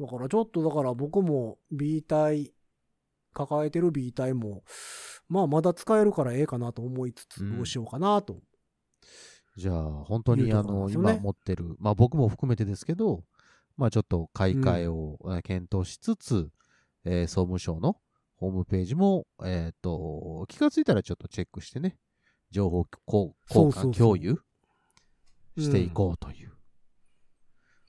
B: だからちょっとだから僕も B 体、抱えてる B 体も、まあまだ使えるからええかなと思いつつ、
C: うん
B: どうしようかなと。
C: じゃあ、本当
B: い
C: に
B: うと
C: あ
B: ころなん
C: の、
B: ですよね
C: 今持ってる、まあ僕も含めてですけど、まあちょっと買い替えをえー検討しつつ、えー総務省のホームページも、えっと、気がついたらちょっとチェックしてね、情報交
B: そう
C: 交
B: そうそう
C: 換共有していこうという。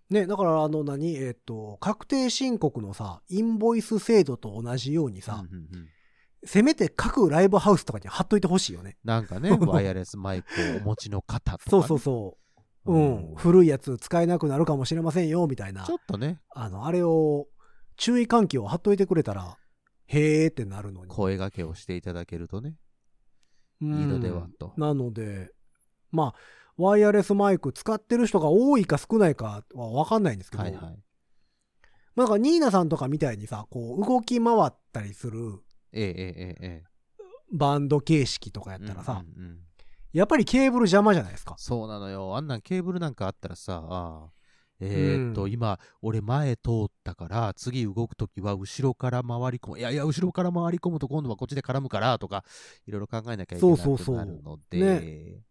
B: ね、だからあの何、えっと、確定申告のさ、インボイス制度と同じようにさ、
C: うんうんうん
B: せめて各ライブハウスとかに貼っといてほしいよね。
C: なんか ね、ワイヤレスマイクをお持ちの方とかね、
B: そうそうそう。うん。古いやつ使えなくなるかもしれませんよ、みたいな
C: ちょ。っとね、
B: あの、あれを、注意喚起を貼っといてくれたら、へーってなるのに。
C: 声掛けをしていただけるとね、いい
B: うん
C: のではと。
B: なので、まあ、ワイヤレスマイク使ってる人が多いか少ないかは分かんないんですけど、
C: はいはい。
B: なんかニーナさんとかみたいにさ、こう動き回ったりする
C: ええええええ。
B: バンド形式とかやったらさ、
C: うんうんうん
B: やっぱりケーブル邪魔じゃないですか。
C: そうなのよ。あんなんケーブルなんかあったらさ、ああえーっと、
B: うん
C: 今、俺前通ったから、次動くときは後ろから回り込む。いやいや、後ろから回り込むと今度はこっちで絡むから、とか、いろいろ考えなきゃいけな
B: そうそう
C: く
B: そう
C: なるので、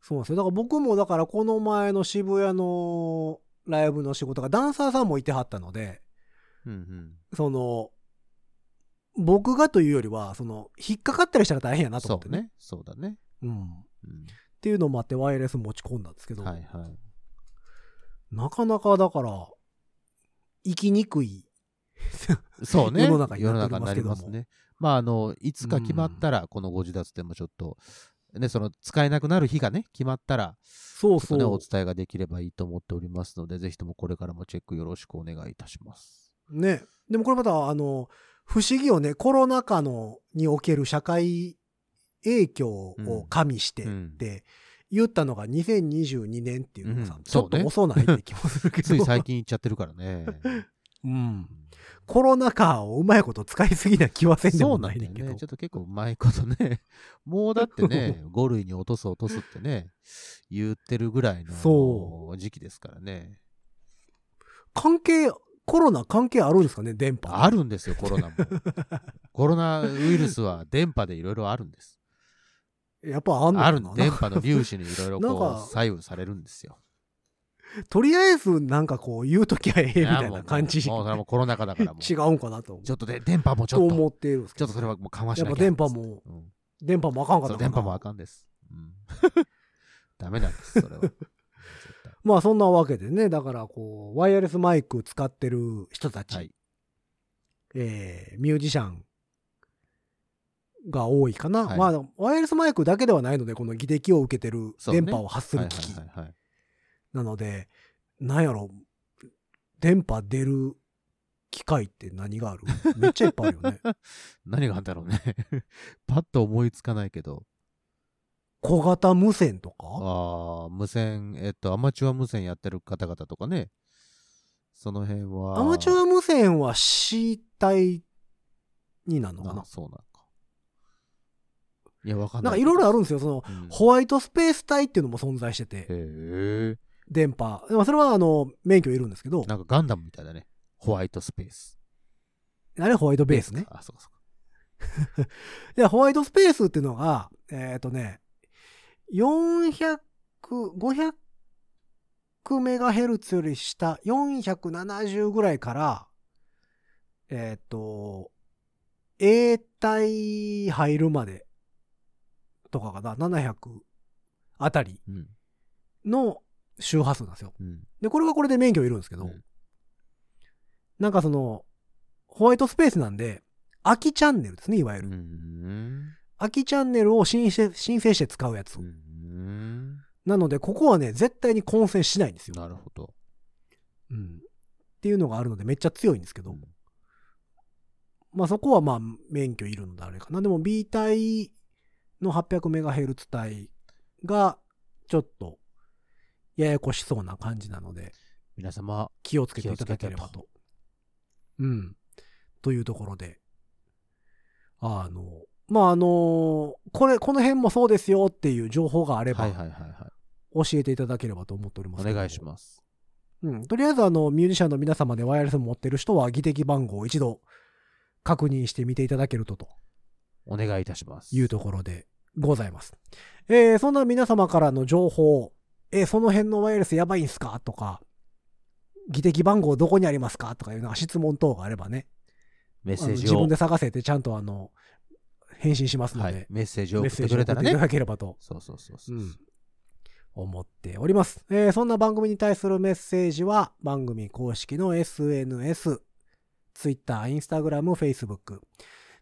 B: そうなんですよ。だから僕もだからこの前の渋谷のライブの仕事がダンサーさんもいてはったので、
C: うんうん
B: その、僕がというよりは、その、引っかかったりしたら大変やなと思
C: そ
B: って
C: う
B: ね。
C: ね。そうだね。
B: うん。っ
C: うん
B: ていうのもあってワイヤレス持ち込んだんですけど、
C: はいはい。
B: なかなかだから、生きにくい。
C: そうね。
B: 世の中になっており
C: 世の中になります
B: けども
C: ね。まあ、あの、いつか決まったら、このご自立でもちょっと、ね、その使えなくなる日がね、決まったら、
B: そう
C: ちょっと
B: そう。
C: ね、お伝えができればいいと思っておりますので、ぜひともこれからもチェックよろしくお願いいたします。
B: ね。でもこれまた、あの、不思議をね、コロナ禍のにおける社会影響を加味してっ
C: うん
B: て言ったのが2022年っていうのがさ、
C: うん
B: ちょっと
C: そうね
B: 遅ないって気もするけど。
C: つい最近行っちゃってるからね。
B: うん。コロナ禍をうまいこと使いすぎな気はせんで
C: そ
B: も
C: うな
B: なんい
C: だ
B: ね
C: よ
B: んけど。
C: ね。ちょっと結構うまいことね。 もうだって ね、5類に落とす落とすってね、言ってるぐらい
B: そ
C: の時期ですからね。
B: 関係、コロナ関係あるんですかね、電波。
C: あるんですよ、コロ ナも。コロナウイルスは電波でいろいろあるんです。
B: やっぱあんの
C: あ
B: か
C: る
B: な
C: の電波の粒子にいろいろ
B: なん
C: こ
B: か
C: う左右されるんですよ。
B: とりあえずなんかこう言うときはええみた
C: や
B: い
C: もう
B: な感じ。
C: もうそれはもうコロナ禍だからもう。
B: 違うんかなと思う
C: ちょっとで電波もち
B: と
C: ょっと。
B: 思っているんですけ
C: ちょ
B: ど
C: っとそれはもう緩和しなきゃ
B: やっぱ電波も
C: うん
B: 電波もあかんかっ
C: そ
B: た
C: う
B: かな
C: 電波もあかんです。うん、 ダメなんで す、それは。絶対
B: まあそんなわけでねだからこうワイヤレスマイク使ってる人たち、
C: はい
B: えーミュージシャンが多いかな。
C: はい
B: まあ、ワイヤレスマイクだけではないので、この技的を受けてる
C: そうね
B: 電波を発する機器
C: はいはいはいはい
B: なので、なんやろ、電波出る機械って何があるめっちゃいっぱいあるよ ね。
C: 何があるんだろうね パッと思いつかないけど
B: 小型無線とか
C: ああ無線えっとアマチュア無線やってる方々とかねその辺は
B: アマチュア無線は C 体になるのか
C: な
B: な
C: そうなんかいやわかん
B: な
C: なんい
B: かいろいろあるんですよ。その、
C: うん
B: ホワイトスペース帯っていうのも存在してて、
C: へえ
B: 電波。まあそれはあの、免許いるんですけど、
C: なんかガンダムみたいだねホワイトスペース
B: あれホワイトベースね
C: か。あそうかそうか
B: で、ホワイトスペースっていうのが、えっ、とね、400、500メガヘルツより下、470ぐらいから、えっ、と、A 体入るまでとかかな、700あたり
C: うん
B: の周波数なんですよ。
C: うん
B: で、これはこれで免許いるんですけど、
C: うん
B: なんかその、ホワイトスペースなんで、空きチャンネルですね、いわゆ
C: う
B: る。
C: ん
B: 空きチャンネルを申請申請して使うやつ、
C: うん
B: なのでここはね絶対に混戦しないんですよ、
C: なるほど
B: うん、っていうのがあるのでめっちゃ強いんですけど、
C: うん
B: まあそこはまあ免許いるのであれかなでも B 帯の 800MHz 帯がちょっとややこしそうな感じなので
C: 皆様
B: 気をつけていただければ
C: 気
B: とうんというところであのまああのこれこの辺もそうですよっていう情報があれば、
C: はいはいはいは
B: 教えていただければと思っております
C: いお願いし
B: す、
C: ます
B: うん、とりあえずあのミュージシャンの皆様でワイヤレス持ってる人は技的番号を一度確認してみていただけるとと
C: お願いいたします
B: いうところでございます、えーそんな皆様からの情報えーその辺のワイヤレスやばいんすかとか技的番号どこにありますかとかいうなんか質問等があればね
C: メッ
B: あ
C: セ
B: の
C: ージ
B: 自
C: を
B: 分で探せてちゃんとあの返信しますの
C: は
B: で、
C: い、メッセージを
B: メ
C: 送
B: ッ
C: っ
B: セージを送
C: てくれ
B: って
C: たら
B: いた
C: ね
B: だければと
C: そうそうそうそうう、
B: ん、思っております、えーそんな番組に対するメッセージは番組公式の SNS、Twitter、Instagram、Facebook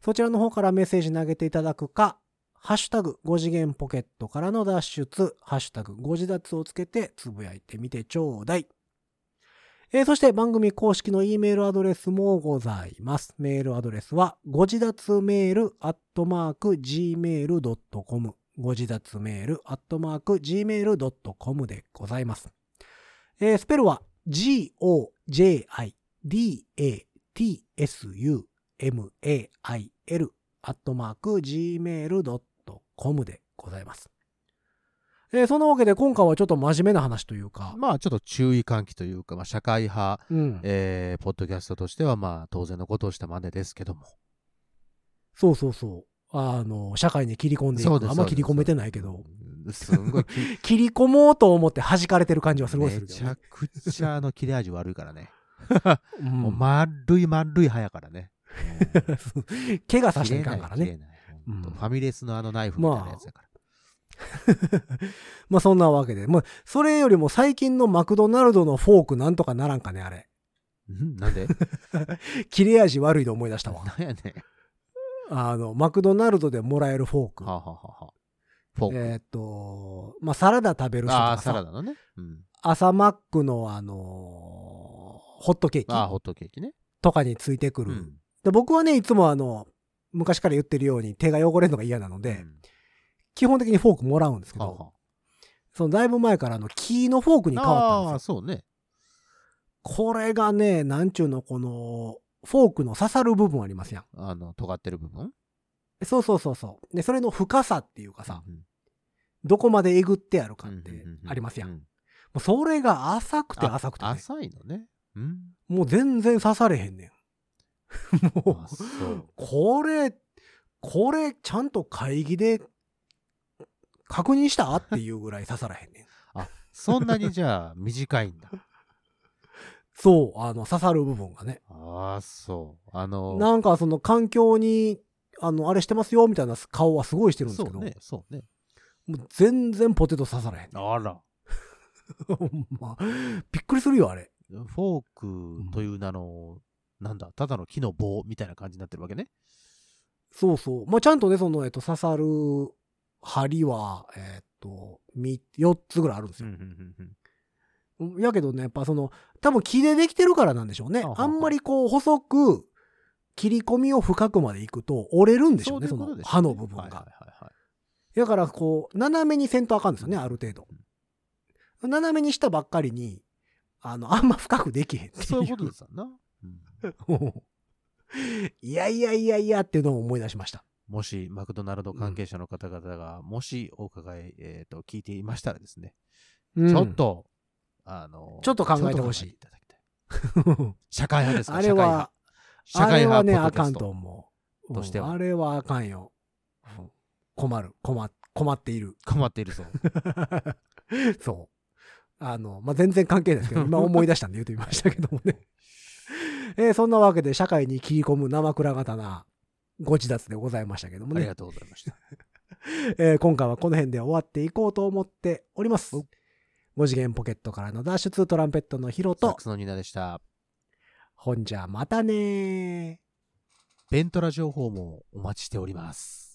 B: そちらの方からメッセージ投げていただくか、ハッシュタグ5次元ポケットからの脱出、ハッシュタグ5次脱をつけてつぶやいてみてちょうだい。えーそして番組公式の E メールアドレスもございます。メールアドレスは、ご自立メールアットマーク gmail.com。ご自立メールアットマーク gmail.com でございます。えースペルは、g-o-j-i-d-a-t-s-u-m-a-i-l アットマーク gmail.com でございます。えーそんなわけで今回はちょっと真面目な話というか、
C: まあちょっと注意喚起というか、まあ、社会派、
B: うん。
C: えーポッドキャストとしてはまあ当然のことをしたまでですけども
B: そうそうそう。あの、社会に切り込んでいく。
C: そうです
B: あんま
C: そうです
B: 切り込めてないけど、
C: うんすん ごいき
B: 切り込もうと思って弾かれてる感じはすごいす
C: め
B: るけど
C: ち
B: ね、
C: ゃくちゃあの切れ味悪いからね、
B: うん
C: もう丸い丸い歯やから ね、
B: 怪我
C: うん
B: させていかんから
C: 切れ
B: ね。
C: ない切れないほんと
B: うん
C: ファミレスのあのナイフみたいなやつやから、
B: まあそんなわけで。まあ、それよりも最近のマクドナルドのフォークなんとかならんかね、あれ。
C: うんなんで
B: 切れ味悪いで思い出したわ。
C: なんやねん
B: あの、マクドナルドでもらえるフォーク
C: は。あ、はあはあはあ、フォーク、
B: えーっと、まあサラダ食べる人と
C: ああ
B: か
C: ーサラ
B: さ、
C: ダのね、うん、
B: 朝マックのあのーホットケー
C: ああ
B: キ
C: ホットケーキね、
B: とかについてく
C: う
B: る、
C: ん
B: で僕はねいつもあの昔から言ってるように手が汚れるのが嫌なので、
C: うん
B: 基本的にフォークもらうんですけど、
C: はあは
B: そのだいぶ前からあの木のフォークに変わった
C: あ
B: ん
C: あ
B: で
C: ー
B: すよ
C: そうね
B: これがねなんちゅうのこのフォークの刺さる部分ありますやん
C: あの尖ってる部分
B: そうそうそうそうでそれの深さっていうかさ
C: うん
B: どこまでえぐってあるかって
C: うんうんうんうん
B: ありますやん
C: う
B: もうそれが浅くて
C: あ
B: 浅くて、ね、
C: 浅いのね。うん。
B: もう全然刺されへんねん もう
C: あそう
B: これ、これ、ちゃんと会議で確認したっていうぐらい刺さらへんねん。
C: そんなにじゃあ短いんだ。
B: そう、あの、刺さる部分がね。
C: ああ、そう。あの、
B: なんか、その、環境に、あの、あれしてますよ、みたいな顔はすごいしてるんです
C: そ
B: けど、
C: うね、そうね。
B: もう全然ポテト刺さらへんねん。
C: あら。
B: ほんまびっくりするよ、あれ。
C: フォークという名のなんだ、ただの木の棒みたいな感じになってるわけね。
B: そうそう。まあ、ちゃんとね、その、えっと、刺さる針は、えっと、み4つぐらいあるんですよ。やけどね、やっぱその、多分木でできてるからなんでしょうね
C: あは。は
B: あんまりこう、細く、切り込みを深くまで行くと折れるんでしょうね、その刃の部分
C: はいはい
B: が。
C: はいはい
B: だからこう、斜めにせんとあかんですよね、ある程度。斜めにしたばっかりに、あの、あんま深くできへんっていう。
C: そういうことですわな。うん
B: いやいやいやいやっていうのを思い出しました。
C: もし、マクドナルド関係者の方々が、もしお伺い、えーと、聞いていましたらですね、ちょっと、あの、
B: ちょっと考えてほしい
C: ちょっと考えただきたい
B: うん。
C: 社会派ですか
B: あれは、
C: 社
B: あ
C: 会
B: れ
C: 派
B: は
C: 社会
B: ね、あ
C: 派ポッ
B: か
C: ドキャス
B: ん
C: ト
B: と思う。
C: としては
B: うんあれはあかんよ。うん困る。困、困っている。
C: 困っているぞ。
B: そう。あの、まあ、全然関係ないです けど、今思い出したんで言うと言いましたけどもね。えーそんなわけで、社会に切り込む生倉型なご自立でございましたけども
C: あり
B: ね
C: が。とうございました。
B: えー今回はこの辺で終わっていこうと思っております
C: お。
B: 5次元ポケットからの脱出トランペットのヒロ
C: サッ
B: と
C: ク、スのニナでした。
B: ほんじゃまたねー。
C: ベントラ情報もお待ちしております。